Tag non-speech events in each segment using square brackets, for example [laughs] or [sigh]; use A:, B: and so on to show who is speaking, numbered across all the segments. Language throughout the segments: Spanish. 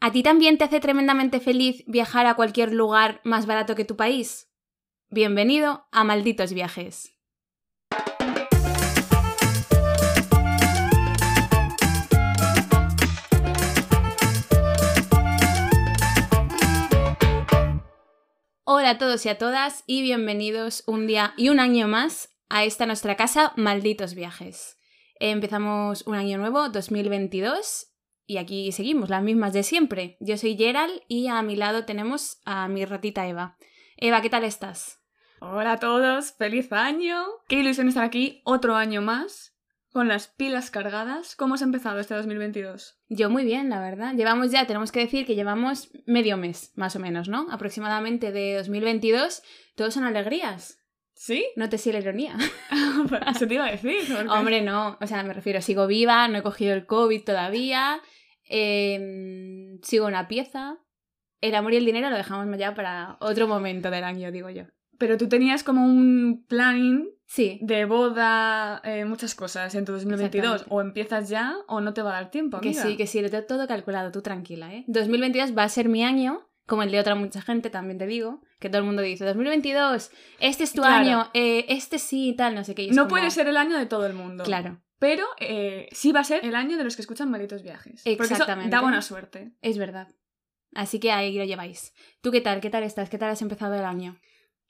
A: ¿A ti también te hace tremendamente feliz viajar a cualquier lugar más barato que tu país? Bienvenido a Malditos Viajes. Hola a todos y a todas y bienvenidos un día y un año más a esta nuestra casa Malditos Viajes. Empezamos un año nuevo, 2022, y aquí seguimos, las mismas de siempre. Yo soy Gerald y a mi lado tenemos a mi ratita Eva. Eva, ¿qué tal estás?
B: Hola a todos, feliz año. Qué ilusión estar aquí otro año más, con las pilas cargadas. ¿Cómo has empezado este 2022?
A: Yo muy bien, la verdad. Llevamos ya, tenemos que decir que llevamos medio mes, más o menos, ¿no? Aproximadamente de 2022. Todos son alegrías.
B: [laughs] ¿Sí?
A: No te sigue la ironía. [laughs]
B: Pues, Eso te iba a decir. porque-
A: Hombre, no. O sea, me refiero, sigo viva, no he cogido el COVID todavía. em, sigo una pieza. El amor y el dinero lo dejamos ya para otro momento del año, digo yo.
B: Pero tú tenías como un planning
A: Sí,
B: de boda, eh, muchas cosas en tu 2022. O empiezas ya o no te va a dar tiempo,
A: Que
B: amiga.
A: sí, que sí, lo tengo todo calculado, tú tranquila, ¿eh? 2022 va a ser mi año, como el de otra mucha gente, también te digo, que todo el mundo dice, 2022, este es tu
B: Claro.
A: año, eh, este sí y tal, no sé qué. y es
B: No
A: como-
B: puede ser el año de todo el mundo.
A: Claro,
B: Pero eh, sí va a ser el año de los que escuchan malditos viajes. Porque eso
A: Exactamente.
B: da buena suerte.
A: es verdad. Así que ahí lo lleváis. ¿Tú qué tal? ¿Qué tal estás? ¿Qué tal has empezado el año?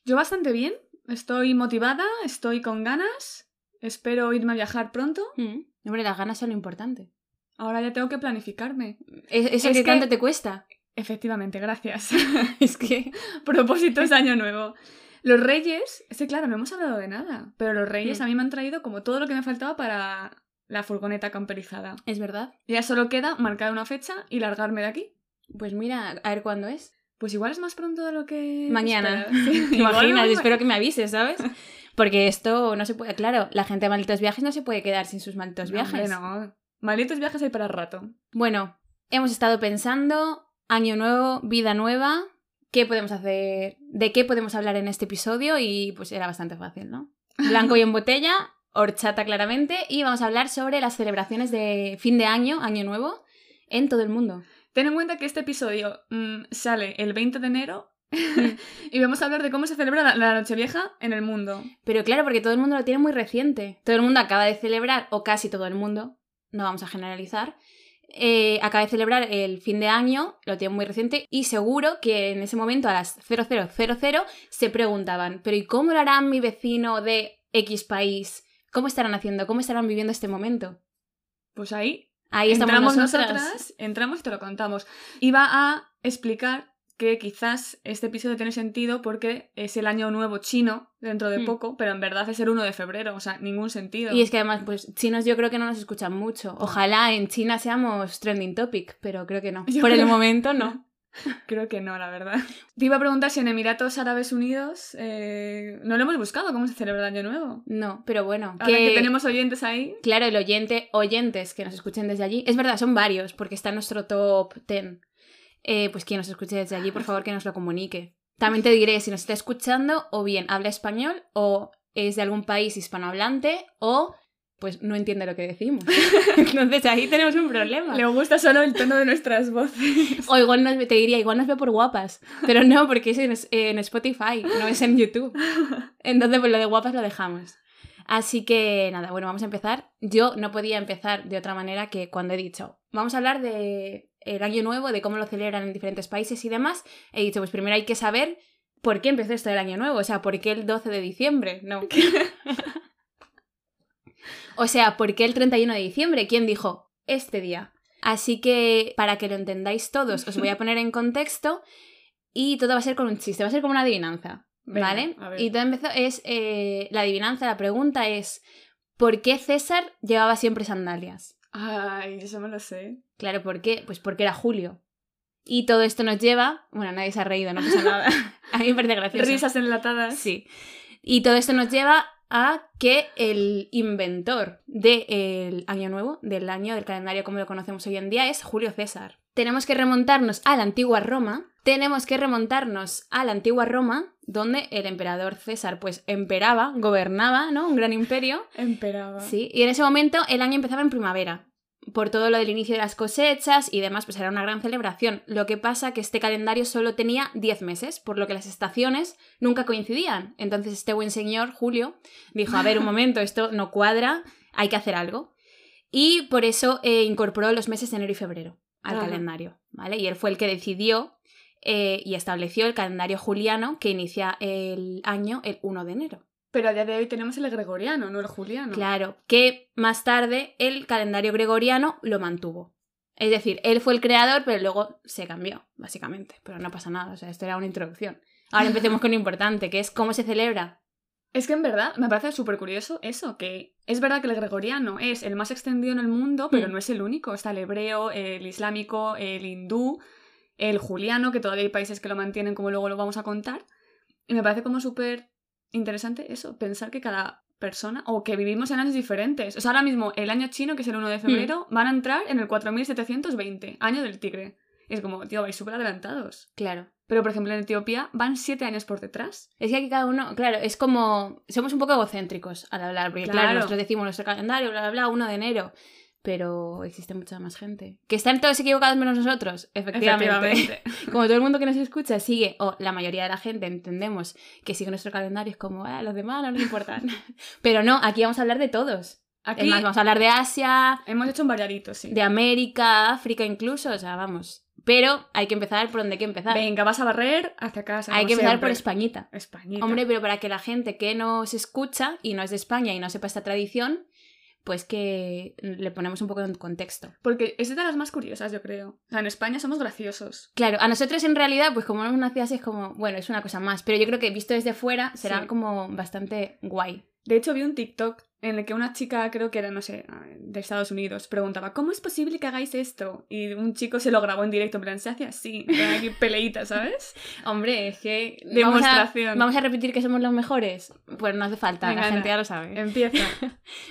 B: Yo bastante bien. Estoy motivada, estoy con ganas. Espero irme a viajar pronto.
A: Mm, Hombre, las ganas son lo importante.
B: Ahora ya tengo que planificarme.
A: Es- ¿Eso
B: Es
A: que,
B: que-
A: tanto te cuesta? [laughs]
B: Efectivamente, gracias. [laughs]
A: es que...
B: Propósitos de año nuevo. Los Reyes, es que claro, no hemos hablado de nada, pero los Reyes
A: Mm.
B: a mí me han traído como todo lo que me faltaba para la furgoneta camperizada.
A: Es verdad.
B: Ya solo queda marcar una fecha y largarme de aquí.
A: Pues mira, a ver cuándo es.
B: Pues igual es más pronto de lo que...
A: Mañana.
B: esperaba. [laughs]
A: [laughs]
B: Sí,
A: ¿Te
B: [laughs] igual
A: imaginas?
B: no-
A: Espero que me avises,
B: [laughs]
A: ¿sabes? Porque esto no se puede. Claro, la gente de malditos viajes no se puede quedar sin sus malditos
B: No, hombre,
A: viajes.
B: no. Malditos viajes hay para rato.
A: Bueno, hemos estado pensando, año nuevo, vida nueva, qué podemos hacer, de qué podemos hablar en este episodio y pues era bastante fácil, ¿no? Blanco y en botella, horchata claramente y vamos a hablar sobre las celebraciones de fin de año, año nuevo, en todo el mundo.
B: Ten en cuenta que este episodio mm, sale el 20
A: [laughs]
B: de enero y vamos a hablar de cómo se celebra la, la Nochevieja en el mundo.
A: Pero claro, porque todo el mundo lo tiene muy reciente. Todo el mundo acaba de celebrar, o casi todo el mundo, no vamos a generalizar, eh, acaba de celebrar el fin de año, lo tiene muy reciente, y seguro que en ese momento a las 0000 se preguntaban, pero ¿y cómo lo harán mi vecino de X país? ¿Cómo estarán haciendo? ¿Cómo estarán viviendo este momento?
B: Pues ahí
A: Ahí estamos
B: entramos
A: nosotras.
B: nosotras. entramos y te lo contamos. Iba a explicar que quizás este episodio tiene sentido porque es el año nuevo chino dentro de
A: Mm.
B: poco, pero en verdad es el 1 de febrero, o sea, ningún sentido.
A: Y es que además, pues chinos yo creo que no nos escuchan mucho. Ojalá en China seamos trending topic, pero creo que no.
B: Yo
A: Por el
B: creo-
A: momento
B: [laughs]
A: no.
B: Creo que no, la verdad. Te iba a preguntar si en Emiratos Árabes Unidos eh, no lo hemos buscado, cómo se celebra el año nuevo.
A: No, pero bueno.
B: Ahora que tenemos oyentes ahí.
A: Claro, el oyente, oyentes que nos escuchen desde allí. Es verdad, son varios, porque está en nuestro top 10. Eh, pues quien nos escuche desde allí, por favor, que nos lo comunique. También te diré si nos está escuchando, o bien habla español, o es de algún país hispanohablante, o pues no entiende lo que decimos. [laughs] Entonces ahí tenemos un problema.
B: Le gusta solo el tono de nuestras voces.
A: O igual nos, ve- te diría, igual nos ve por guapas. Pero no, porque es en, es- en Spotify, no es en YouTube. Entonces, pues lo de guapas lo dejamos. Así que nada, bueno, vamos a empezar. Yo no podía empezar de otra manera que cuando he dicho, vamos a hablar de el año nuevo, de cómo lo celebran en diferentes países y demás. He dicho, pues primero hay que saber por qué empezó esto del año nuevo, o sea, por qué el 12 de diciembre, no. o sea, por qué el 31 de diciembre, ¿quién dijo este día? Así que para que lo entendáis todos, os
B: [laughs]
A: voy a poner en contexto y todo va a ser con un chiste, va a ser como una adivinanza.
B: Venga,
A: ¿Vale?
B: a ver.
A: Y todo empezó, es eh, la adivinanza, la pregunta es, ¿por qué César llevaba siempre sandalias?
B: Ay, eso me lo [laughs] sé.
A: Claro, ¿por qué? Pues porque era Julio. Y todo esto nos lleva, bueno, nadie se ha reído, no
B: [laughs]
A: pasa nada. a mí me parece gracioso.
B: Risas enlatadas.
A: Sí. Y todo esto nos lleva a que el inventor del año nuevo, del año del calendario como lo conocemos hoy en día, es Julio César. Tenemos que remontarnos a la antigua Roma, tenemos que remontarnos a la antigua Roma, donde el emperador César pues emperaba, gobernaba, ¿no? Un gran imperio.
B: Emperaba.
A: Sí, y en ese momento el año empezaba en primavera. por todo lo del inicio de las cosechas y demás, pues era una gran celebración. Lo que pasa que este calendario solo tenía 10 meses, por lo que las estaciones nunca coincidían. Entonces este buen señor, Julio, dijo, a ver, un momento, esto no cuadra, hay que hacer algo. Y por eso eh, incorporó los meses de enero y febrero al
B: Ajá.
A: calendario, ¿vale? Y él fue el que decidió eh, y estableció el calendario juliano que inicia el año el 1 de enero.
B: Pero a día de hoy tenemos el gregoriano, no el juliano.
A: Claro, que más tarde el calendario gregoriano lo mantuvo. Es decir, él fue el creador, pero luego se cambió, básicamente. Pero no pasa nada, o sea, esto era una introducción. Ahora empecemos con lo importante, que es cómo se celebra.
B: Es que en verdad me parece súper curioso eso, que es verdad que el gregoriano es el más extendido en el mundo, pero
A: Mm.
B: no es el único. Está el hebreo, el islámico, el hindú, el juliano, que todavía hay países que lo mantienen como luego lo vamos a contar. Y me parece como súper interesante eso, pensar que cada persona o que vivimos en años diferentes. O sea, ahora mismo el año chino, que es el 1
A: Mm.
B: de febrero, van a entrar en el 4720, año del tigre. Y es como, tío, vais súper adelantados.
A: Claro.
B: Pero, por ejemplo, en Etiopía van siete años por detrás.
A: Es que aquí cada uno, claro, es como. Somos un poco egocéntricos al hablar, porque claro,
B: Claro.
A: nosotros decimos nuestro calendario, bla, bla, bla, 1 de enero. Pero existe mucha más gente. ¿Que están todos equivocados menos nosotros? Efectivamente. como todo el mundo que nos escucha sigue, o la mayoría de la gente entendemos que sigue nuestro calendario, es como, ah, los demás no nos importan. [laughs] Pero no, aquí vamos a hablar de todos. [laughs]
B: Aquí
A: Además, vamos a hablar de Asia,
B: Hemos hecho un variadito, sí.
A: de América, África incluso, o sea, vamos. Pero hay que empezar por donde hay que empezar.
B: Venga, vas a barrer hacia casa.
A: hay
B: como
A: que empezar por
B: siempre.
A: Españita.
B: Españita.
A: Hombre, pero para que la gente que nos escucha y no es de España y no sepa esta tradición, pues que le ponemos un poco en contexto.
B: Porque es de las más curiosas, yo creo. O sea, en España somos graciosos.
A: Claro, a nosotros en realidad, pues como no hemos nacido así, es como, bueno, es una cosa más. Pero yo creo que visto desde fuera será
B: Sí.
A: como bastante guay.
B: De hecho, vi un TikTok en el que una chica, creo que era, no sé, de Estados Unidos, preguntaba, ¿cómo es posible que hagáis esto? Y un chico se lo grabó en directo, en plan, se hace así, en plan, aquí peleita, ¿sabes?
A: [laughs] Hombre, es que.
B: Demostración.
A: Vamos a, vamos a repetir que somos los mejores. Pues no hace falta,
B: Venga,
A: la gente
B: Ana.
A: ya lo sabe. [laughs]
B: Empieza.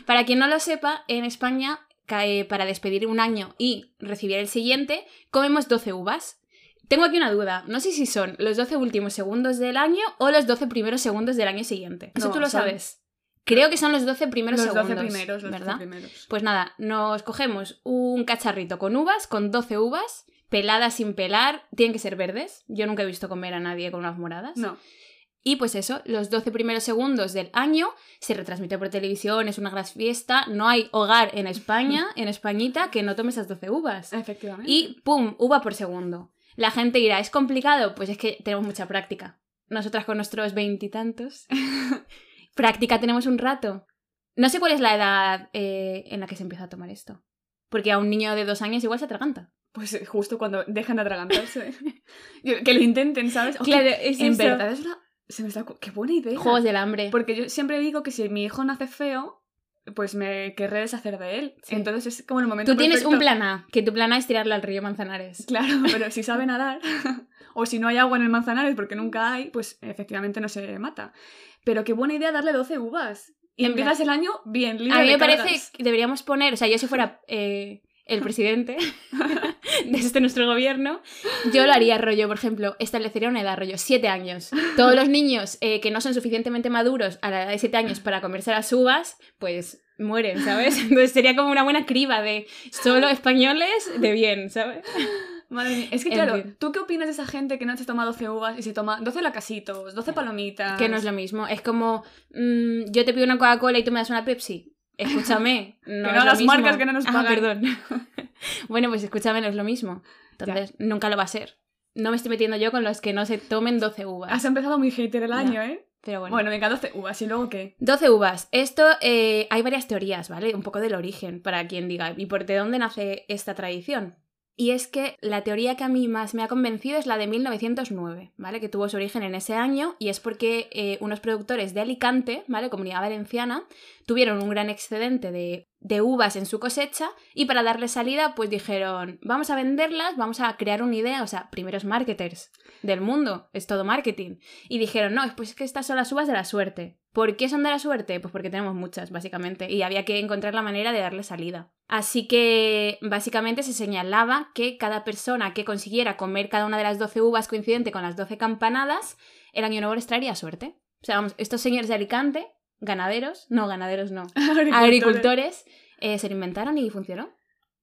A: Para quien no lo sepa, en España, cae para despedir un año y recibir el siguiente, comemos 12 uvas. Tengo aquí una duda. No sé si son los 12 últimos segundos del año o los 12 primeros segundos del año siguiente. Eso
B: No,
A: tú lo
B: son-
A: sabes. Creo que son los 12 primeros
B: Los
A: segundos.
B: 12 primeros, los 12
A: ¿verdad?
B: primeros.
A: Pues nada, nos cogemos un cacharrito con uvas, con 12 uvas, peladas sin pelar, tienen que ser verdes. Yo nunca he visto comer a nadie con unas moradas.
B: No.
A: Y pues eso, los 12 primeros segundos del año se retransmite por televisión, es una gran fiesta, no hay hogar en España, en Españita, que no tome esas 12 uvas.
B: Efectivamente.
A: Y pum, uva por segundo. La gente dirá, ¿es complicado? Pues es que tenemos mucha práctica. Nosotras con nuestros veintitantos, [laughs] práctica tenemos un rato. No sé cuál es la edad eh, en la que se empieza a tomar esto. Porque a un niño de dos años igual se atraganta.
B: Pues eh, justo cuando dejan de atragantarse. [laughs] Yo- que lo intenten, ¿sabes? Ojo,
A: es
B: en verdad es una... Se me está... cu- ¡Qué buena idea!
A: Juegos del hambre.
B: Porque yo siempre digo que si mi hijo nace feo, pues me querré deshacer de él.
A: Sí.
B: Entonces es como el momento.
A: Tú tienes un
B: perfecto.
A: plan A, que tu plan A es tirarlo al río Manzanares. [laughs]
B: Claro, pero si sabe nadar, [laughs] o si no hay agua en el manzanares porque nunca hay, pues efectivamente no se mata. Pero qué buena idea darle 12 uvas. Y
A: En
B: empiezas el año bien, libre
A: A mí
B: de
A: me parece
B: cargas.
A: que deberíamos poner, o sea, yo si fuera eh, el presidente [laughs] de este nuestro gobierno, yo lo haría rollo, por ejemplo, establecería una edad rollo, siete años. Todos los niños eh, que no son suficientemente maduros a la edad de siete años para comerse las uvas, pues mueren, ¿sabes? [laughs] Entonces sería como una buena criba de solo españoles de bien, ¿sabes?
B: Madre mía. Es que
A: En
B: claro,
A: fin.
B: ¿tú qué opinas de esa gente que no se toma 12 uvas y se toma 12 lacasitos, 12 palomitas?
A: Que no es lo mismo. Es como, mm, yo te pido una Coca-Cola y tú me das una Pepsi. Escúchame. No
B: no
A: es lo
B: hagas
A: mismo.
B: marcas [laughs] que no nos
A: Ah,
B: pagan.
A: perdón. [laughs] bueno, pues escúchame, no es lo mismo. Entonces, nunca lo va a ser. No me estoy metiendo yo con los que no se tomen 12 uvas.
B: Has empezado muy hater el
A: Ya.
B: año, ¿eh?
A: Pero bueno.
B: Ah, Bueno, venga, 12 uvas y luego qué. [laughs]
A: 12 uvas. Esto eh, hay varias teorías, ¿vale? Un poco del origen, para quien diga, ¿y por de dónde nace esta tradición? Y es que la teoría que a mí más me ha convencido es la de 1909, ¿vale? Que tuvo su origen en ese año y es porque eh, unos productores de Alicante, ¿vale? Comunidad Valenciana, tuvieron un gran excedente de, de uvas en su cosecha y para darle salida, pues dijeron, vamos a venderlas, vamos a crear una idea, o sea, primeros marketers del mundo, es todo marketing. Y dijeron, no, pues es que estas son las uvas de la suerte. ¿Por qué son de la suerte? Pues porque tenemos muchas, básicamente, y había que encontrar la manera de darle salida. Así que, básicamente, se señalaba que cada persona que consiguiera comer cada una de las 12 uvas coincidente con las 12 campanadas, el año nuevo les traería suerte. O sea, vamos, estos señores de Alicante,
B: [laughs]
A: ganaderos, no, ganaderos no, agricultores, eh, se lo inventaron y funcionó.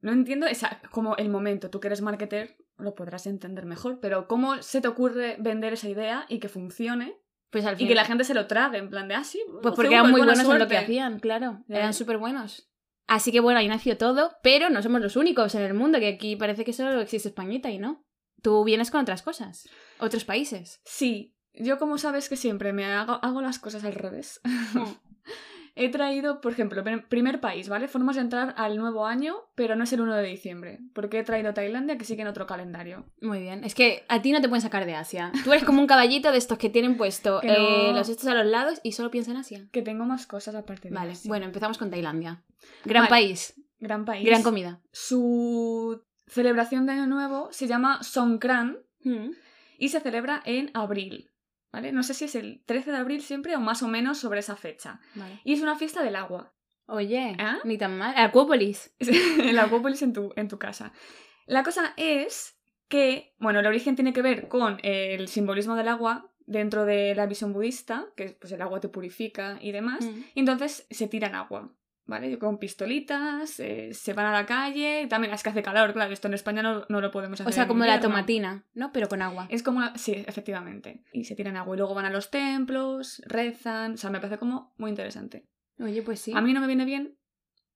B: No entiendo esa, como el momento. Tú que eres marketer lo podrás entender mejor, pero ¿cómo se te ocurre vender esa idea y que funcione
A: Pues al
B: y
A: fin.
B: que la gente se lo trague? En plan de, ah, sí,
A: Pues
B: sí,
A: porque eran muy
B: buena
A: buenos en lo que
B: suerte".
A: hacían, claro. eh.
B: Ya.
A: Eran súper buenos. Así que bueno, ahí nació todo, pero no somos los únicos en el mundo, que aquí parece que solo existe Españita y no. Tú vienes con otras cosas, otros [laughs] países.
B: Sí, yo como sabes que siempre me hago, hago las cosas al revés. [laughs] He traído, por ejemplo, pr- primer país, ¿vale? Formas de entrar al nuevo año, pero no es el 1 de diciembre, porque he traído Tailandia, que sigue en otro calendario.
A: Muy bien. Es que a ti no te pueden sacar de Asia. Tú eres como un caballito de estos que tienen puesto
B: Que no.
A: eh, los estos a los lados y solo piensa en Asia.
B: Que tengo más cosas aparte de
A: Vale,
B: Asia.
A: bueno, empezamos con Tailandia. Gran
B: Vale.
A: país,
B: gran país.
A: gran comida.
B: Su celebración de Año Nuevo se llama Songkran
A: Hmm.
B: y se celebra en abril, ¿vale? No sé si es el 13 de abril siempre o más o menos sobre esa fecha.
A: Vale.
B: Y es una fiesta del agua. [laughs]
A: Oye,
B: ¿Ah?
A: ni tan mal. Acuópolis.
B: el Acuópolis en tu, en tu casa. La cosa es que, bueno, el origen tiene que ver con el simbolismo del agua dentro de la visión budista, que pues el agua te purifica y
A: Mm.
B: demás.
A: Hmm.
B: Y entonces se tiran agua, ¿vale? Yo Con pistolitas, eh, se van a la calle, también es que hace calor, claro, esto en España no, no lo podemos hacer.
A: O sea,
B: en
A: como la
B: invierno.
A: tomatina, ¿no? Pero con agua.
B: Es como una... Sí, efectivamente. Y se tiran agua y luego van a los templos, rezan, o sea, me parece como muy interesante.
A: Oye, pues sí.
B: A mí no me viene bien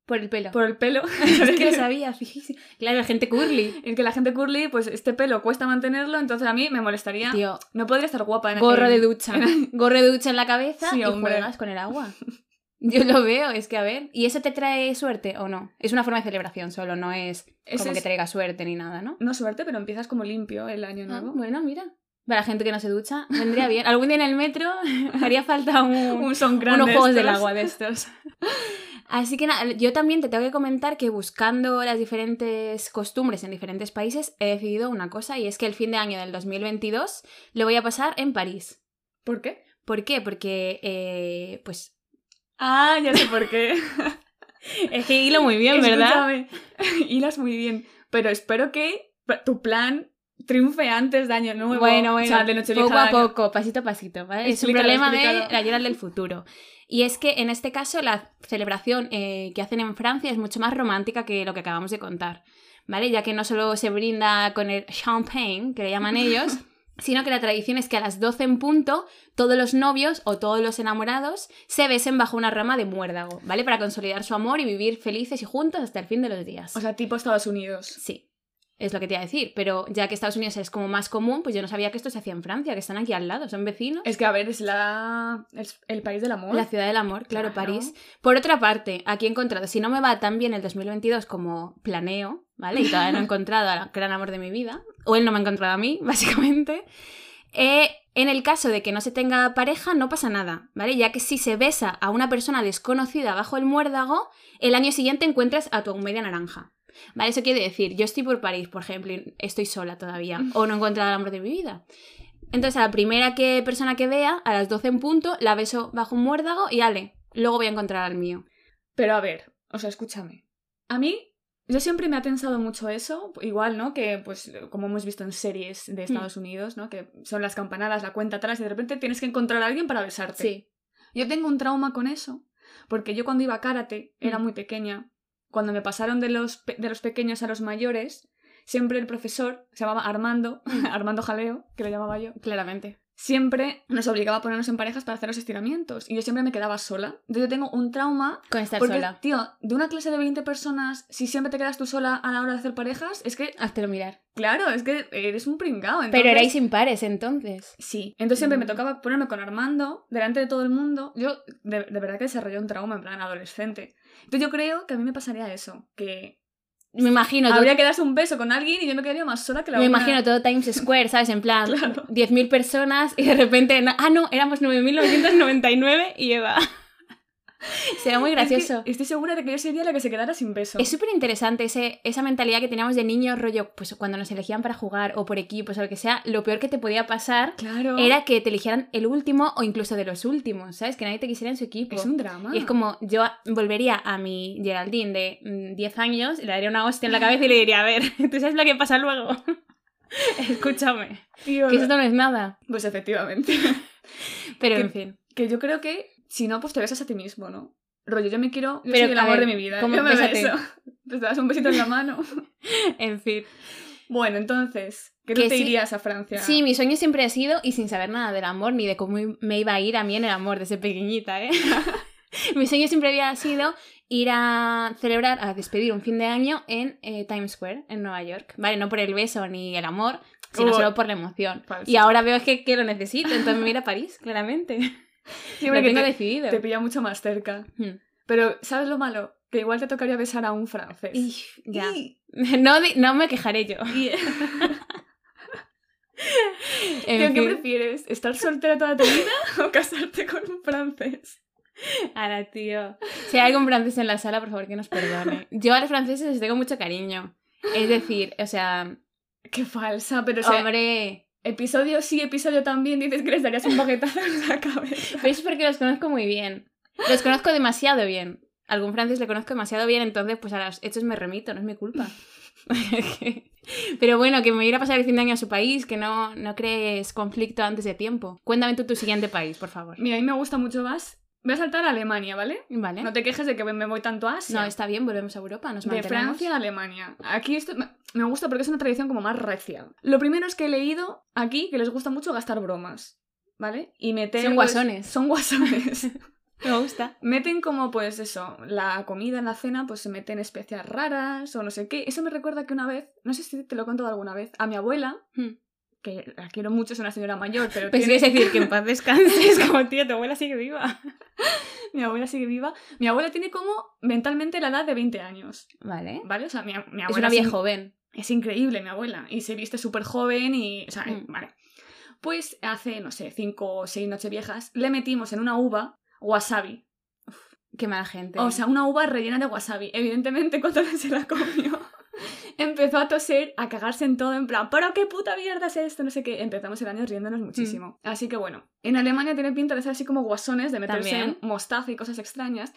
A: Por el pelo.
B: por el pelo.
A: [laughs] Es que lo
B: [laughs]
A: sabía, fijísimo. Claro, gente curly.
B: El que la gente curly, pues este pelo cuesta mantenerlo, entonces a mí me molestaría.
A: Tío,
B: No podría estar guapa en
A: gorro de
B: en-
A: ducha. [laughs] Gorro de ducha en la cabeza
B: Sí,
A: y
B: hombre.
A: juegas con el
B: [laughs]
A: agua. Yo lo veo, es que a ver. ¿Y eso te trae suerte o no? Es una forma de celebración solo, no es
B: Ese
A: como que
B: es-
A: traiga suerte ni nada, ¿no?
B: No suerte, pero empiezas como limpio el año
A: Ah,
B: nuevo.
A: bueno, mira. Para la gente que no se ducha, vendría bien. Algún día en el metro [laughs] haría falta un,
B: [laughs] Un son grande.
A: unos juegos del
B: estos. [laughs]
A: agua de estos. Así que nada, yo también te tengo que comentar que buscando las diferentes costumbres en diferentes países he decidido una cosa y es que el fin de año del 2022 lo voy a pasar en París.
B: ¿Por qué?
A: ¿Por qué? Porque, eh, pues,
B: Ah, ya sé por qué.
A: [laughs] es que hilo muy bien, ¿verdad?
B: [laughs] Escúchame. [laughs] Hilas muy bien. Pero espero que tu plan triunfe antes de año nuevo.
A: Bueno,
B: O
A: bueno,
B: sea, de Nochevieja
A: poco a
B: año-
A: poco, pasito a pasito, ¿vale? Es un
B: Explícalo,
A: problema
B: explícalo.
A: de la Gerald del futuro. Y es que en este caso la celebración eh, que hacen en Francia es mucho más romántica que lo que acabamos de contar, ¿vale? Ya que no solo se brinda con el champagne, que le llaman ellos,
B: [laughs]
A: sino que la tradición es que a las 12 en punto todos los novios o todos los enamorados se besen bajo una rama de muérdago, ¿vale? Para consolidar su amor y vivir felices y juntos hasta el fin de los días.
B: O sea, tipo Estados Unidos.
A: Sí, es lo que te iba a decir, pero ya que Estados Unidos es como más común, pues yo no sabía que esto se hacía en Francia, que están aquí al lado, son vecinos.
B: Es que, a ver, es la... es el país del amor.
A: La ciudad del amor, claro,
B: Claro.
A: París. Por otra parte, aquí he encontrado, si no me va tan bien el 2022 como planeo, ¿vale? Y todavía no he encontrado al gran amor de mi vida, o él no me ha encontrado a mí, [laughs] básicamente. eh, en el caso de que no se tenga pareja, no pasa nada, ¿vale? Ya que si se besa a una persona desconocida bajo el muérdago, el año siguiente encuentras a tu media naranja. ¿Vale? Eso quiere decir, yo estoy por París, por ejemplo, y estoy sola todavía, o no he encontrado al amor de mi vida. Entonces, a la primera que, persona que vea, a las 12 en punto, la beso bajo un muérdago y ale, luego voy a encontrar al mío.
B: Pero a ver, o sea, escúchame. A mí, yo siempre me ha tensado mucho eso, igual, ¿no? Que, pues, como hemos visto en series de
A: Hmm.
B: Estados Unidos, ¿no? Que son las campanadas, la cuenta atrás y de repente tienes que encontrar a alguien para besarte.
A: Sí.
B: Yo tengo un trauma con eso, porque yo cuando iba a karate, era
A: Mm.
B: muy pequeña, cuando me pasaron de los, pe- de los pequeños a los mayores, siempre el profesor, se llamaba Armando,
A: Hmm.
B: [laughs] Armando Jaleo, que lo llamaba yo,
A: Claramente.
B: siempre nos obligaba a ponernos en parejas para hacer los estiramientos, y yo siempre me quedaba sola. Entonces yo tengo un trauma
A: Con estar
B: porque,
A: sola.
B: tío, de una clase de 20 personas, si siempre te quedas tú sola a la hora de hacer parejas, es que,
A: Háztelo mirar.
B: claro, es que eres un pringao. entonces-
A: Pero erais impares entonces.
B: Sí. Entonces siempre me
A: Mm.
B: tocaba ponerme con Armando, delante de todo el mundo. Yo, de, de verdad que desarrollé un trauma en plan adolescente. Entonces yo creo que a mí me pasaría eso, que
A: Me imagino, todo,
B: habría que darse un beso con alguien y yo me quedaría más sola que la
A: me
B: una. [laughs]
A: imagino todo Times Square, ¿sabes? En plan,
B: Claro.
A: 10.000 personas y de repente, na- ah, no, éramos 9.999 y Eva. [laughs] Será muy
B: Es que
A: gracioso.
B: estoy segura de que yo sería la que se quedara sin beso.
A: Es súper interesante ese- esa mentalidad que teníamos de niños, rollo, pues cuando nos elegían para jugar o por equipos o lo que sea, lo peor que te podía pasar
B: Claro.
A: era que te eligieran el último o incluso de los últimos, ¿sabes? Que nadie te quisiera en su equipo.
B: Es un drama.
A: Y es como, yo a- volvería a mi Geraldine de mm, 10 años, y le daría una hostia en la cabeza y le diría, a ver, [laughs] ¿tú sabes lo que pasa luego? [laughs] Escúchame.
B: Tío,
A: Que esto no es nada.
B: Pues efectivamente. [laughs]
A: Pero,
B: Que-
A: en fin.
B: Que yo creo que si no, pues te besas a ti mismo, ¿no? Rollo, yo me quiero. Yo
A: Pero,
B: soy el
A: a
B: amor
A: ver,
B: de mi vida.
A: ¿cómo?
B: Yo me
A: Bésate.
B: beso. [laughs] Pues te das un besito en la mano. [laughs]
A: En fin.
B: Bueno, entonces, que
A: Que
B: tú te
A: sí.
B: irías a Francia.
A: Sí, mi sueño siempre ha sido, y sin saber nada del amor, ni de cómo i- me iba a ir a mí en el amor desde pequeñita,
B: [laughs]
A: ¿eh? mi sueño siempre había sido ir a celebrar, a despedir un fin de año en eh, Times Square, en Nueva York. Vale, no por el beso ni el amor, sino
B: Oh.
A: solo por la emoción.
B: Falso.
A: Y ahora veo que, que lo necesito, entonces me iré a París, claramente.
B: Siempre
A: lo
B: que
A: tengo
B: te,
A: decidido.
B: te pilla mucho más cerca.
A: Hmm.
B: Pero, ¿sabes lo malo? Que igual te tocaría besar a un francés.
A: Y- ya. [laughs]
B: Y-
A: No, di- no me quejaré yo. [laughs]
B: y-
A: En
B: ¿Qué, qué
A: fin.
B: prefieres? ¿Estar soltera toda tu vida [laughs] o casarte con un francés?
A: Ahora, tío. Si hay algún francés en la sala, por favor que nos perdone. Yo a los franceses les tengo mucho cariño. Es decir, o sea,
B: Qué falsa, pero o sea,
A: hombre.
B: episodio sí, episodio también dices que les darías un baguetazo en la cabeza.
A: Pero es porque los conozco muy bien. Los conozco demasiado bien. Algún francés le conozco demasiado bien, entonces, pues a los hechos me remito, no es mi culpa. [laughs] Pero bueno, que me irá a pasar el fin de año a su país, que no, no crees conflicto antes de tiempo. Cuéntame tú tu siguiente país, por favor.
B: Mira, a mí me gusta mucho más. Voy a saltar a Alemania, ¿vale?
A: Vale.
B: No te quejes de que me voy tanto a Asia.
A: No, está bien, volvemos a Europa, nos
B: de
A: mantenemos.
B: Francia a Alemania. Aquí esto me- me gusta porque es una tradición como más recia. Lo primero es que he leído aquí que les gusta mucho gastar bromas, ¿vale? Y meter...
A: Son
B: pues,
A: guasones. [laughs]
B: son guasones.
A: Me gusta.
B: Meten como, pues eso, la comida en la cena, pues se meten especias raras o no sé qué. Eso me recuerda que una vez, no sé si te lo he contado alguna vez, a mi abuela,
A: Hmm.
B: que la quiero mucho, es una señora mayor, pero
A: Pues
B: tiene-
A: es decir, que en paz
B: [laughs]
A: descanses, como tío, tu abuela sigue viva.
B: mi abuela sigue viva. Mi abuela tiene como mentalmente la edad de 20 años,
A: Vale.
B: ¿vale? O sea, mi, a- mi abuela
A: Es una
B: es in-
A: vieja joven.
B: Es increíble, mi abuela. Y se viste súper joven y... O sea,
A: Mm.
B: vale. Pues hace, no sé, cinco o seis noches viejas, le metimos en una uva wasabi.
A: Qué mala gente.
B: O sea, una uva rellena de wasabi. Evidentemente, [laughs] cuando se la comió, empezó a toser, a cagarse en todo, en plan, ¿pero qué puta mierda es esto? No sé qué. Empezamos el año riéndonos muchísimo. Así que bueno, en Alemania tiene pinta de ser así como guasones, de meterse
A: También.
B: en mostaza y cosas extrañas.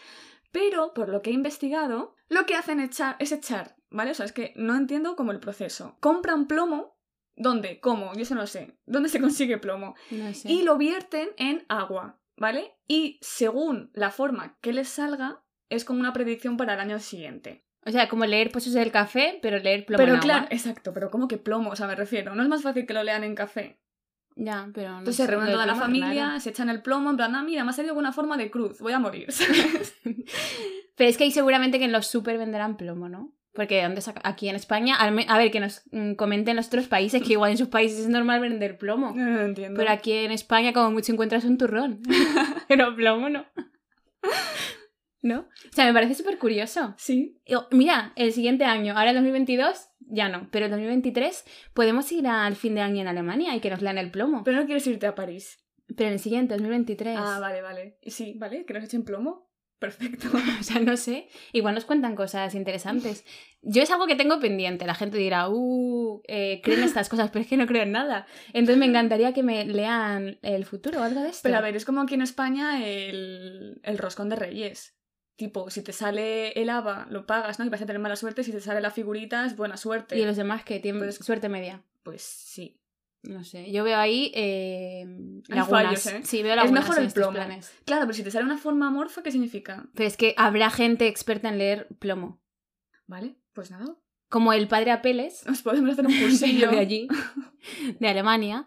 B: Pero, por lo que he investigado, lo que hacen echar, es echar, ¿vale? O sea, es que no entiendo como el proceso. Compran plomo. ¿Dónde? ¿Cómo? Yo eso no sé. ¿Dónde se consigue plomo?
A: no sé.
B: y lo vierten en agua, ¿vale? Y según la forma que les salga, es como una predicción para el año siguiente.
A: O sea, como leer pozos del café, pero leer plomo
B: pero
A: en
B: claro,
A: agua.
B: exacto, pero como que plomo, o sea, me refiero. No es más fácil que lo lean en café.
A: Ya, pero no
B: Entonces se
A: sé, Ah, lo
B: reúnen
A: del
B: toda la
A: plomo es
B: familia,
A: raro.
B: se echan el plomo, en plan, ah, mira, me ha salido alguna forma de cruz, voy a morir. [laughs] ¿sabes?
A: Pero es que ahí seguramente que en los super venderán plomo, ¿no? Porque ¿de dónde saca- aquí en España, al me- a ver, que nos mm, comenten los otros países, que igual en sus países es normal vender plomo.
B: no, no entiendo.
A: Pero aquí en España como mucho encuentras un turrón. [laughs] pero plomo no. [laughs] ¿No? O sea, me parece súper curioso.
B: Sí,
A: Yo- Eh, oh, Mira, el siguiente año, ahora el 2022, ya no, pero el 2023 podemos ir al fin de año en Alemania y que nos lean el plomo. Pero,
B: pero no quieres irte a París.
A: en el siguiente, 2023.
B: Ah, vale, vale. Y Sí, vale, que nos echen plomo. Perfecto.
A: [laughs] O sea, no sé. Igual nos cuentan cosas interesantes. Yo es algo que tengo pendiente. La gente dirá, uh, eh,
B: [laughs]
A: creen estas cosas, pero es que no creo en nada. Entonces me encantaría que me lean el futuro o algo de esto.
B: Pero a ver, es como aquí en España el, el roscón de reyes. Tipo, si te sale el haba, lo pagas, ¿no? Y vas a tener mala suerte. Si te sale la figurita, es buena suerte.
A: Y los demás que tienen
B: Pues-
A: suerte media.
B: Pues sí.
A: No sé. Yo veo ahí eh,
B: Hay
A: lagunas.
B: fallos, ¿eh?
A: Sí, veo
B: Es
A: lagunas
B: mejor
A: en
B: el
A: estos
B: plomo.
A: planes.
B: Claro, pero si te sale una forma amorfa, ¿qué significa?
A: Pero es que habrá gente experta en leer plomo.
B: Vale, pues nada.
A: como el padre Apeles,
B: Nos
A: [laughs]
B: podemos hacer [laughs] un cursillo.
A: de allí, de Alemania.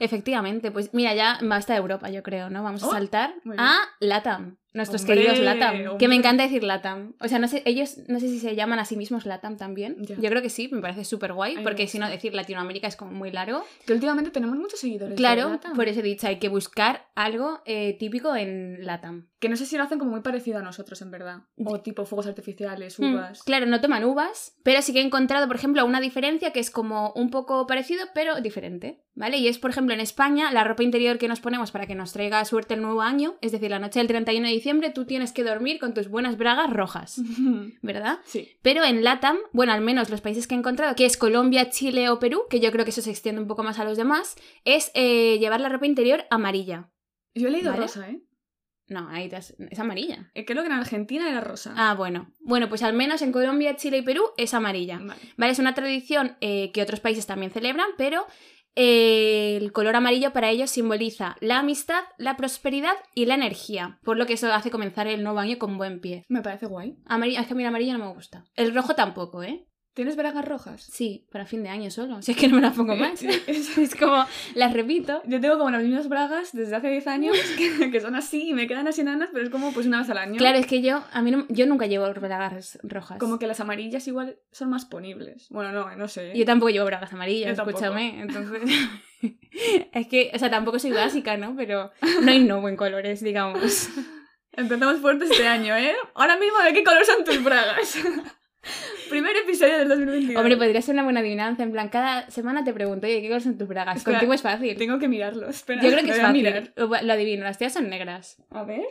A: Efectivamente, pues mira, ya basta de Europa, yo creo, ¿no? Vamos a
B: Oh,
A: saltar
B: muy bien.
A: a Latam, nuestros
B: Hombre,
A: queridos Latam, que
B: hombre.
A: me encanta decir Latam. O sea, no sé, ellos, no sé si se llaman a sí mismos Latam también.
B: Ya.
A: Yo creo que sí, me parece súper
B: Ay,
A: guay,
B: me
A: porque si no,
B: gusta.
A: decir Latinoamérica es como muy largo.
B: Que últimamente tenemos muchos seguidores. de
A: Claro,
B: Latam.
A: por e- eso he dicho, hay que buscar algo eh, típico en Latam.
B: Que no sé si lo hacen como muy parecido a nosotros, en verdad. O tipo fuegos artificiales,
A: Mm,
B: uvas. [laughs]
A: claro, no toman uvas, pero sí que he encontrado, por ejemplo, una diferencia que es como un poco parecido, pero diferente, ¿vale? Y es, por ejemplo, en España, la ropa interior que nos ponemos para que nos traiga suerte el nuevo año, es decir, la noche del 31 de diciembre, tú tienes que dormir con tus buenas bragas rojas,
B: Mm.
A: ¿verdad?
B: sí.
A: Pero en LATAM, bueno, al menos los países que he encontrado, que es Colombia, Chile o Perú, que yo creo que eso se extiende un poco más a los demás, es eh, llevar la ropa interior amarilla.
B: Yo he leído
A: Vale.
B: rosa, ¿eh?
A: No, ahí te has- es amarilla.
B: Eh, Creo que en Argentina era rosa.
A: Ah, bueno. Bueno, pues al menos en Colombia, Chile y Perú es amarilla.
B: Vale.
A: ¿Vale? Es una tradición eh, que otros países también celebran, pero Eh, El color amarillo para ellos simboliza la amistad, la prosperidad y la energía, por lo que eso hace comenzar el nuevo año con buen pie.
B: Me parece guay.
A: Amarillo, es que a mí el amarillo no me gusta. El rojo tampoco, ¿eh?
B: ¿Tienes bragas rojas?
A: Sí, para fin de año solo. Si es que no me las
B: [laughs]
A: pongo más. [laughs] es como, las repito.
B: Yo tengo como las mismas bragas desde hace
A: [laughs]
B: 10 años que, que son así y me quedan así enanas, pero es como pues una vez al año.
A: Claro, es que yo, a mí no- yo nunca llevo bragas rojas.
B: Como que las amarillas igual son más ponibles. Bueno, no, no sé.
A: Yo tampoco llevo bragas amarillas,
B: Yo tampoco.
A: escúchame. Entonces. [laughs] es que, o sea, tampoco soy básica, ¿no? Pero no hay no en colores, digamos.
B: Empezamos fuerte este año, ¿eh? Ahora mismo, ¿de qué color son tus bragas? [laughs] Primer episodio del 2022.
A: Hombre, pues, podría ser una buena adivinanza. En plan, cada semana te pregunto, oye, ¿qué color son tus bragas?
B: Espera.
A: Contigo es fácil.
B: Tengo que mirarlo, espera.
A: Yo creo que
B: lo
A: es
B: voy a
A: fácil.
B: mirar.
A: Lo lo adivino, las tías son negras.
B: A ver.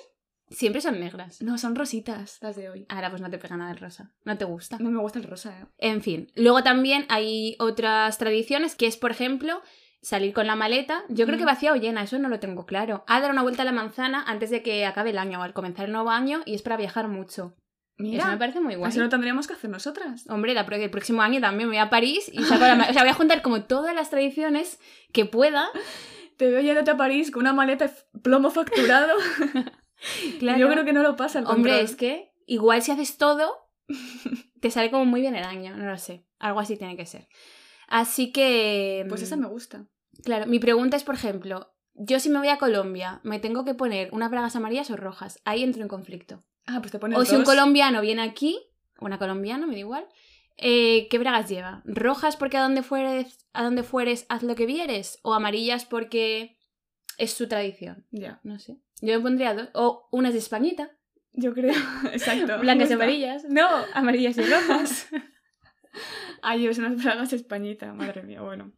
A: Siempre son negras.
B: No, son rositas las de hoy.
A: Ahora pues no te pega nada el rosa. No te gusta.
B: No me gusta el rosa, ¿eh?
A: En fin, luego también hay otras tradiciones que es, por ejemplo, salir con la maleta. Yo creo que
B: Mm.
A: vacía o llena, eso no lo tengo claro. A dar una vuelta a la manzana antes de que acabe el año o al comenzar el nuevo año y es para viajar mucho.
B: Mira,
A: Eso me parece muy guay.
B: eso lo tendríamos que hacer nosotras.
A: Hombre, la pro- el próximo año también me voy a París y saco la ma- O sea, voy a juntar como todas las tradiciones que pueda.
B: Te veo yéndote a París con una maleta de f- plomo facturado. Yo creo que no lo pasa el
A: Hombre,
B: control.
A: es que igual si haces todo, [laughs] te sale como muy bien el año, no lo sé. Algo así tiene que ser. Así que... mm,
B: Pues esa me gusta.
A: Claro, mi pregunta es, por ejemplo, yo si me voy a Colombia, ¿me tengo que poner unas bragas amarillas o rojas? Ahí entro en conflicto.
B: Ah, pues te pones
A: O si un
B: dos.
A: colombiano viene aquí, una colombiana, me da igual, eh, ¿qué bragas lleva? ¿Rojas porque a donde fueres, a donde fueres haz lo que vieres? ¿O amarillas porque es su tradición?
B: Ya,
A: No sé. Yo me pondría dos. O unas de Españita,
B: yo creo. [laughs]
A: [laughs]
B: Exacto.
A: blancas y
B: Justo.
A: amarillas. No, amarillas [laughs] y rojas.
B: Ay, es unas bragas españita, madre mía, bueno.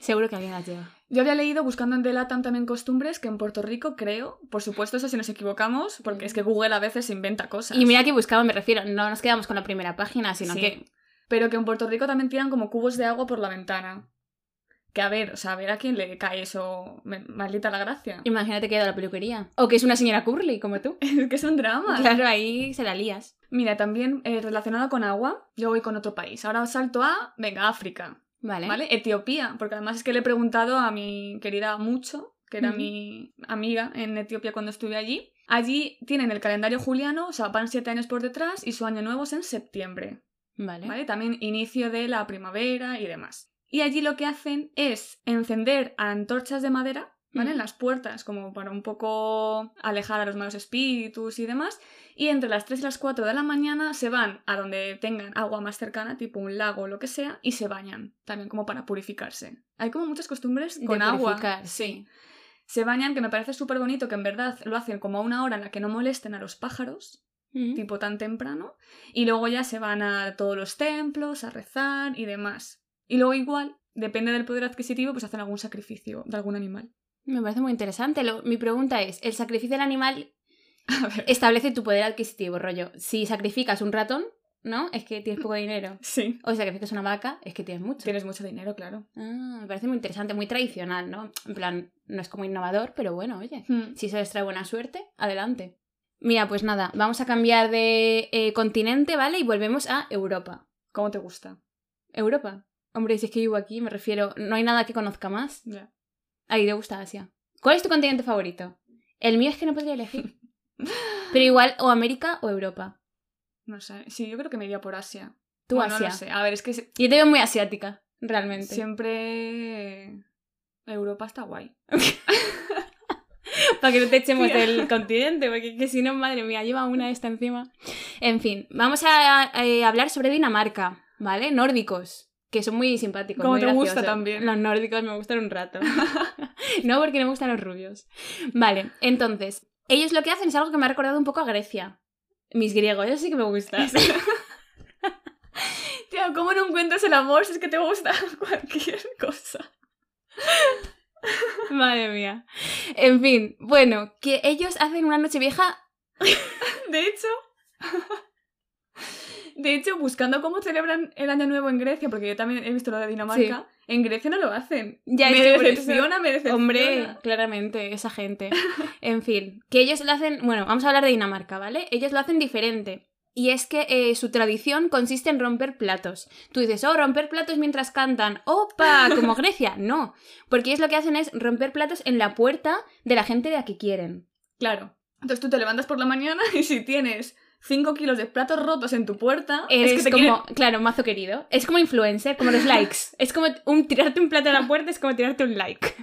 A: Seguro que alguien las lleva.
B: Yo había leído buscando en The Latam también costumbres que en Puerto Rico, creo, por supuesto, eso si nos equivocamos, porque es que Google a veces inventa cosas.
A: Y mira que buscaba, me refiero. No nos quedamos con la primera página, sino
B: Sí.
A: que
B: Pero que en Puerto Rico también tiran como cubos de agua por la ventana. Que a ver, o sea, a ver a quién le cae eso. me- Maldita la gracia.
A: Imagínate que he ido a la peluquería. O que es una señora curly, como tú.
B: [laughs] Es que es un drama.
A: Claro, ahí se la lías.
B: Mira, también eh, relacionado con agua, yo voy con otro país. Ahora salto a, venga, África,
A: Vale.
B: ¿vale? Etiopía, porque además es que le he preguntado a mi querida Mucho, que era
A: Ujú.
B: mi amiga en Etiopía cuando estuve allí. Allí tienen el calendario juliano, o sea, van siete años por detrás y su año nuevo es en septiembre.
A: Vale.
B: ¿vale? También inicio de la primavera y demás. Y allí lo que hacen es encender antorchas de madera, ¿vale? En
A: Ujú.
B: las puertas, como para un poco alejar a los malos espíritus y demás. Y entre las 3 y las 4 de la mañana se van a donde tengan agua más cercana, tipo un lago o lo que sea, y se bañan, también como para purificarse. Hay como muchas costumbres
A: De
B: con agua.
A: purificar,
B: Sí. Se bañan, que me parece súper bonito, que en verdad lo hacen como a una hora en la que no molesten a los pájaros
A: Mm.
B: tipo tan temprano, y luego ya se van a todos los templos a rezar y demás. Y luego igual, depende del poder adquisitivo, pues hacen algún sacrificio de algún animal.
A: Me parece muy interesante. Lo- mi pregunta es, ¿el sacrificio del [laughs] animal
B: A ver.
A: establece tu poder adquisitivo, rollo? Si sacrificas un ratón, ¿no? Es que tienes poco dinero.
B: Sí.
A: O si sacrificas una vaca, es que tienes mucho.
B: Tienes mucho dinero, claro.
A: Ah, me parece muy interesante, muy tradicional, ¿no? En plan, no es como innovador, pero bueno, oye. Si se les trae buena suerte, adelante. Mira, pues nada, vamos a cambiar de eh, continente, ¿vale? Y volvemos a Europa.
B: ¿Cómo te gusta?
A: Europa. Hombre, si es que vivo aquí, me refiero, no hay nada que conozca más.
B: Ya.
A: Ahí te gusta Asia. ¿Cuál es tu continente favorito? El mío es que no podría elegir.
B: [laughs]
A: Pero igual, o América o Europa.
B: No sé. Sí, yo creo que me iría por Asia.
A: Tú
B: Bueno,
A: Asia.
B: No lo sé. A ver, es que se-
A: Yo te veo muy asiática, realmente.
B: siempre. Europa está guay.
A: Para que no te echemos
B: Tía.
A: del continente, porque que si no, madre mía, lleva una esta encima. En fin, vamos a, eh, hablar sobre Dinamarca, ¿vale? Nórdicos, que son muy simpáticos.
B: Como
A: muy
B: te gusta
A: graciosos.
B: también.
A: Los nórdicos me gustan un
B: [laughs]
A: rato. [laughs] no porque me gustan los rubios. Vale, entonces, ellos lo que hacen es algo que me ha recordado un poco a Grecia. Mis griegos, eso sí que me gusta.
B: [laughs] Tío, ¿cómo no encuentras el amor si es que te gusta [laughs] cualquier cosa?
A: [laughs] madre mía. En fin, bueno, que ellos hacen una noche vieja
B: [laughs] De hecho, de hecho, buscando cómo celebran el Año Nuevo en Grecia, porque yo también he visto lo de Dinamarca, en Grecia no lo hacen.
A: Ya,
B: me
A: es que por eso-
B: decepciona, me decepciona.
A: Hombre, claramente, esa gente. En fin, que ellos lo hacen, bueno, vamos a hablar de Dinamarca, ¿vale? Ellos lo hacen diferente. Y es que eh, su tradición consiste en romper platos. Tú dices, oh, romper platos mientras cantan. ¡Opa!
B: [laughs]
A: Como Grecia. No. Porque ellos lo que hacen es romper platos en la puerta de la gente de la que quieren.
B: Claro. Entonces tú te levantas por la mañana [laughs] y si tienes 5 kilos de platos rotos en tu puerta,
A: Eres
B: es que te
A: como,
B: quieren-
A: claro, mazo querido. Es como influencer, como los likes. Es como un tirarte un plato a la puerta, es como tirarte un like.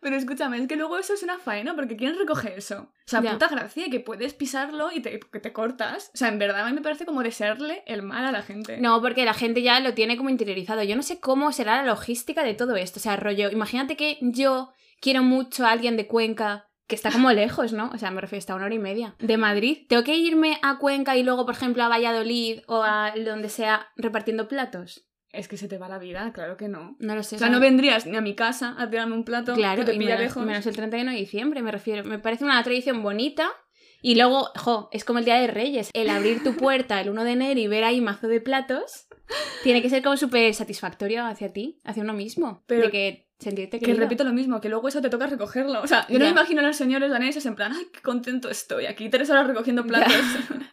B: Pero escúchame, es que luego eso es una faena porque ¿quién recoge eso? O sea,
A: Ya.
B: puta gracia que puedes pisarlo y te, que te cortas. O sea, en verdad a mí me parece como desearle el mal a la gente.
A: No, porque la gente ya lo tiene como interiorizado. Yo no sé cómo será la logística de todo esto. O sea, rollo, imagínate que yo quiero mucho a alguien de Cuenca, que está
B: [laughs]
A: como lejos, ¿no? O sea, me refiero, está a una hora y media de Madrid. Tengo que irme a Cuenca y luego, por ejemplo, a Valladolid o a donde sea repartiendo platos.
B: Es que se te va la vida, claro que no.
A: No lo sé.
B: O sea, no
A: ¿sabes?
B: vendrías ni a mi casa a tirarme un plato
A: Claro,
B: que te
A: y
B: pilla
A: menos,
B: lejos.
A: menos el 31 de diciembre, me refiero. Me parece una tradición bonita. Y luego, jo, es como el Día de Reyes. El abrir tu puerta el 1 de enero y ver ahí mazo de platos tiene que ser como súper satisfactorio hacia ti, hacia uno mismo.
B: Pero-
A: de que sentirte
B: Que
A: querido.
B: repito lo mismo, que luego eso te toca recogerlo. O sea, yo no
A: Ya.
B: me imagino a los señores daneses en plan, ay, qué contento estoy aquí, tres horas recogiendo platos.
A: [laughs]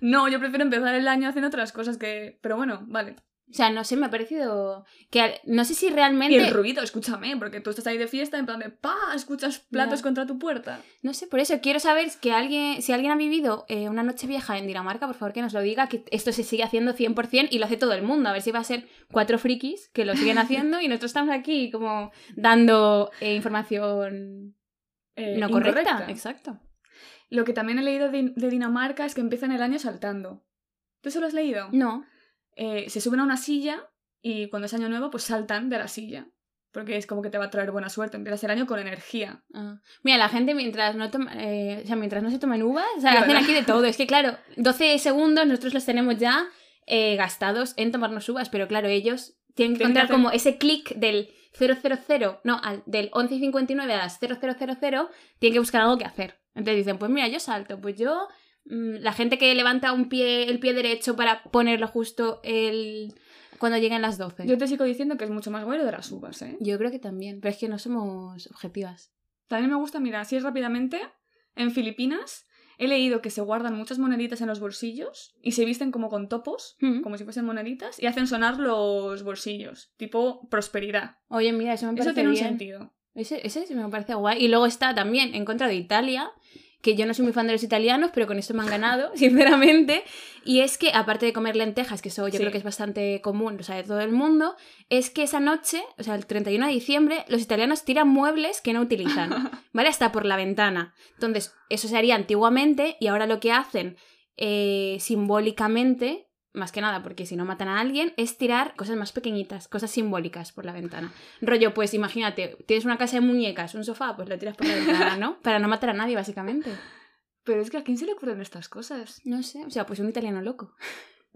B: no, yo prefiero empezar el año haciendo otras cosas que... Pero bueno, vale.
A: O sea, no sé, me ha parecido... que al- No sé si
B: Y el
A: realmente...
B: ruido, escúchame, porque tú estás ahí de fiesta en plan de, pa, escuchas platos
A: Ya.
B: contra tu puerta.
A: No sé, por eso quiero saber que alguien, si alguien ha vivido eh, una noche vieja en Dinamarca, por favor que nos lo diga, que esto se sigue haciendo 100% y lo hace todo el mundo. A ver si va a ser cuatro frikis que lo siguen haciendo y nosotros estamos aquí como dando eh, información
B: Eh,
A: no correcta.
B: incorrecta.
A: Exacto.
B: Lo que también he leído de, de Dinamarca es que empiezan el año saltando. ¿Tú eso lo has leído?
A: No.
B: Eh, se suben a una silla y cuando es año nuevo, pues saltan de la silla. Porque es como que te va a traer buena suerte. Empiezas el año con energía.
A: Ah. Mira, la gente mientras no toma- eh, o sea, mientras no se toman uvas, o sea,
B: Claro.
A: hacen aquí de todo. Es que claro, 12 segundos nosotros los tenemos ya eh, gastados en tomarnos uvas, pero claro, ellos tienen que
B: Tienen que
A: encontrar
B: hacer-
A: como ese clic del 000, no, al, del 11.59 a las 0000, tienen que buscar algo que hacer. Entonces dicen, pues mira, yo salto, pues yo... mm, La gente que levanta un pie, el pie derecho para ponerlo justo el cuando lleguen las 12.
B: Yo te sigo diciendo que es mucho más bueno de las uvas, ¿eh?
A: Yo creo que también, pero es que no somos objetivas.
B: También me gusta, mira, así rápidamente, en Filipinas he leído que se guardan muchas moneditas en los bolsillos y se visten como con topos,
A: Mm.
B: como si fuesen moneditas, y hacen sonar los bolsillos, tipo prosperidad.
A: Oye, mira, eso me parece
B: Eso tiene
A: bien.
B: un sentido.
A: Ese, ese sí me parece guay. Y luego está también en contra de Italia, que yo no soy muy fan de los italianos, pero con esto me han ganado, [laughs] sinceramente. Y es que, aparte de comer lentejas, que eso yo
B: Sí.
A: creo que es bastante común, o sea, de todo el mundo, es que esa noche, o sea, el 31 de diciembre, los italianos tiran muebles que no utilizan, ¿vale? Hasta por la ventana. Entonces, eso se haría antiguamente y ahora lo que hacen eh, simbólicamente... Más que nada, porque si no matan a alguien, es tirar cosas más pequeñitas, cosas simbólicas por la ventana. Rollo, pues imagínate, tienes una casa de muñecas, un sofá, pues lo tiras por la ventana,
B: [laughs]
A: ¿no? Para no matar a nadie, básicamente.
B: Pero es que a quién se le ocurren estas cosas.
A: No sé, o sea, pues un italiano loco.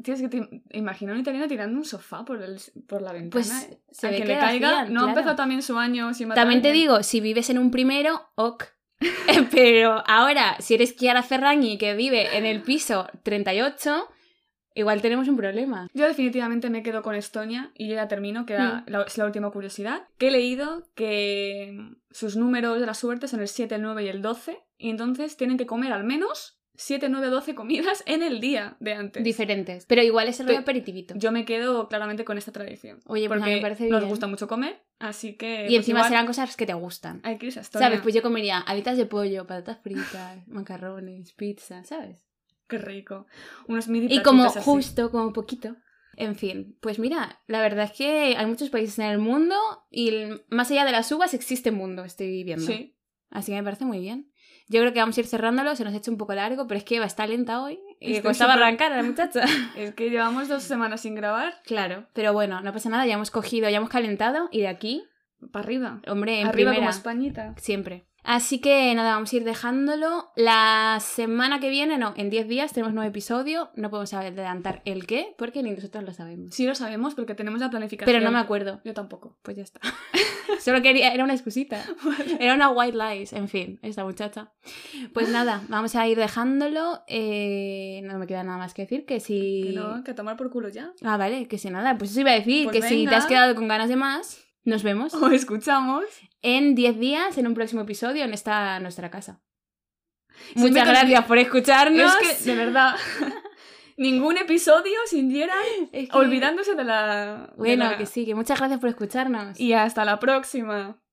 B: Tienes que te imagino a un italiano tirando un sofá por, el, por la ventana.
A: Pues
B: ¿eh?
A: se
B: a
A: ve
B: quien
A: que
B: le caiga,
A: hacían,
B: no ha
A: claro.
B: empezado también su año sin matar
A: También
B: a
A: te
B: alguien.
A: digo, si vives en un primero, ok. [laughs] Pero ahora, si eres Kiara Ferragni, que vive en el piso 38, igual tenemos un problema.
B: Yo definitivamente me quedo con Estonia y yo ya termino, que era la, es la última curiosidad. Que he leído que mm, sus números de la suerte son el 7, el 9 y el 12, y entonces tienen que comer al menos 7, 9, 12 comidas en el día de antes.
A: Diferentes. Pero igual es el rollo
B: Pe-
A: aperitivito.
B: Yo me quedo claramente con esta tradición.
A: Oye, pues a mí
B: porque
A: me parece
B: nos
A: bien.
B: gusta mucho comer, así
A: Y
B: que... pues
A: encima
B: igual
A: serán cosas que te gustan.
B: Hay que irse a Estonia.
A: ¿Sabes? Pues yo comería alitas de pollo, patatas fritas, [laughs] macarrones, pizza, ¿sabes?
B: Qué rico. Unos mini
A: Y como
B: platitos así.
A: justo, como poquito. En fin, pues mira, la verdad es que hay muchos países en el mundo y el- más allá de las uvas existe mundo, estoy viviendo.
B: Sí.
A: Así que me parece muy bien. Yo creo que vamos a ir cerrándolo, se nos ha hecho un poco largo, pero es que va a estar lenta hoy. Y
B: Estoy
A: costaba
B: súper-
A: arrancar a la
B: [laughs]
A: muchacha.
B: Es que llevamos dos semanas sin grabar.
A: claro, pero bueno, no pasa nada, ya hemos cogido, ya hemos calentado y de aquí,
B: Para arriba.
A: hombre, en
B: arriba
A: primera,
B: como Españita.
A: siempre. Así que nada, vamos a ir dejándolo. La semana que viene, no, en 10 días tenemos nuevo episodio. No podemos adelantar el qué, porque ni nosotros lo sabemos.
B: Sí lo sabemos porque tenemos la planificación.
A: Pero no me acuerdo.
B: Yo tampoco.
A: Pues ya
B: [laughs]
A: está. Solo quería, era una excusita. Era una white lies. En fin, esta muchacha. Pues nada, vamos a ir dejándolo. eh, no me queda nada más que decir que si.
B: Que no, que a tomar por
A: [laughs]
B: culo ya.
A: Ah, vale, que si nada. Pues eso iba a decir,
B: Pues
A: que si te
B: venga. Oh.
A: has quedado con ganas de más, nos vemos
B: O escuchamos.
A: en 10 días en un próximo episodio en esta nuestra casa.
B: Siempre
A: Muchas [laughs]
B: con-
A: gracias por escucharnos.
B: Es que, de verdad, Ningún episodio sin Gerald
A: Es que-
B: olvidándose de la... de
A: Bueno,
B: la-
A: que sí, que muchas gracias por escucharnos.
B: Y hasta la próxima.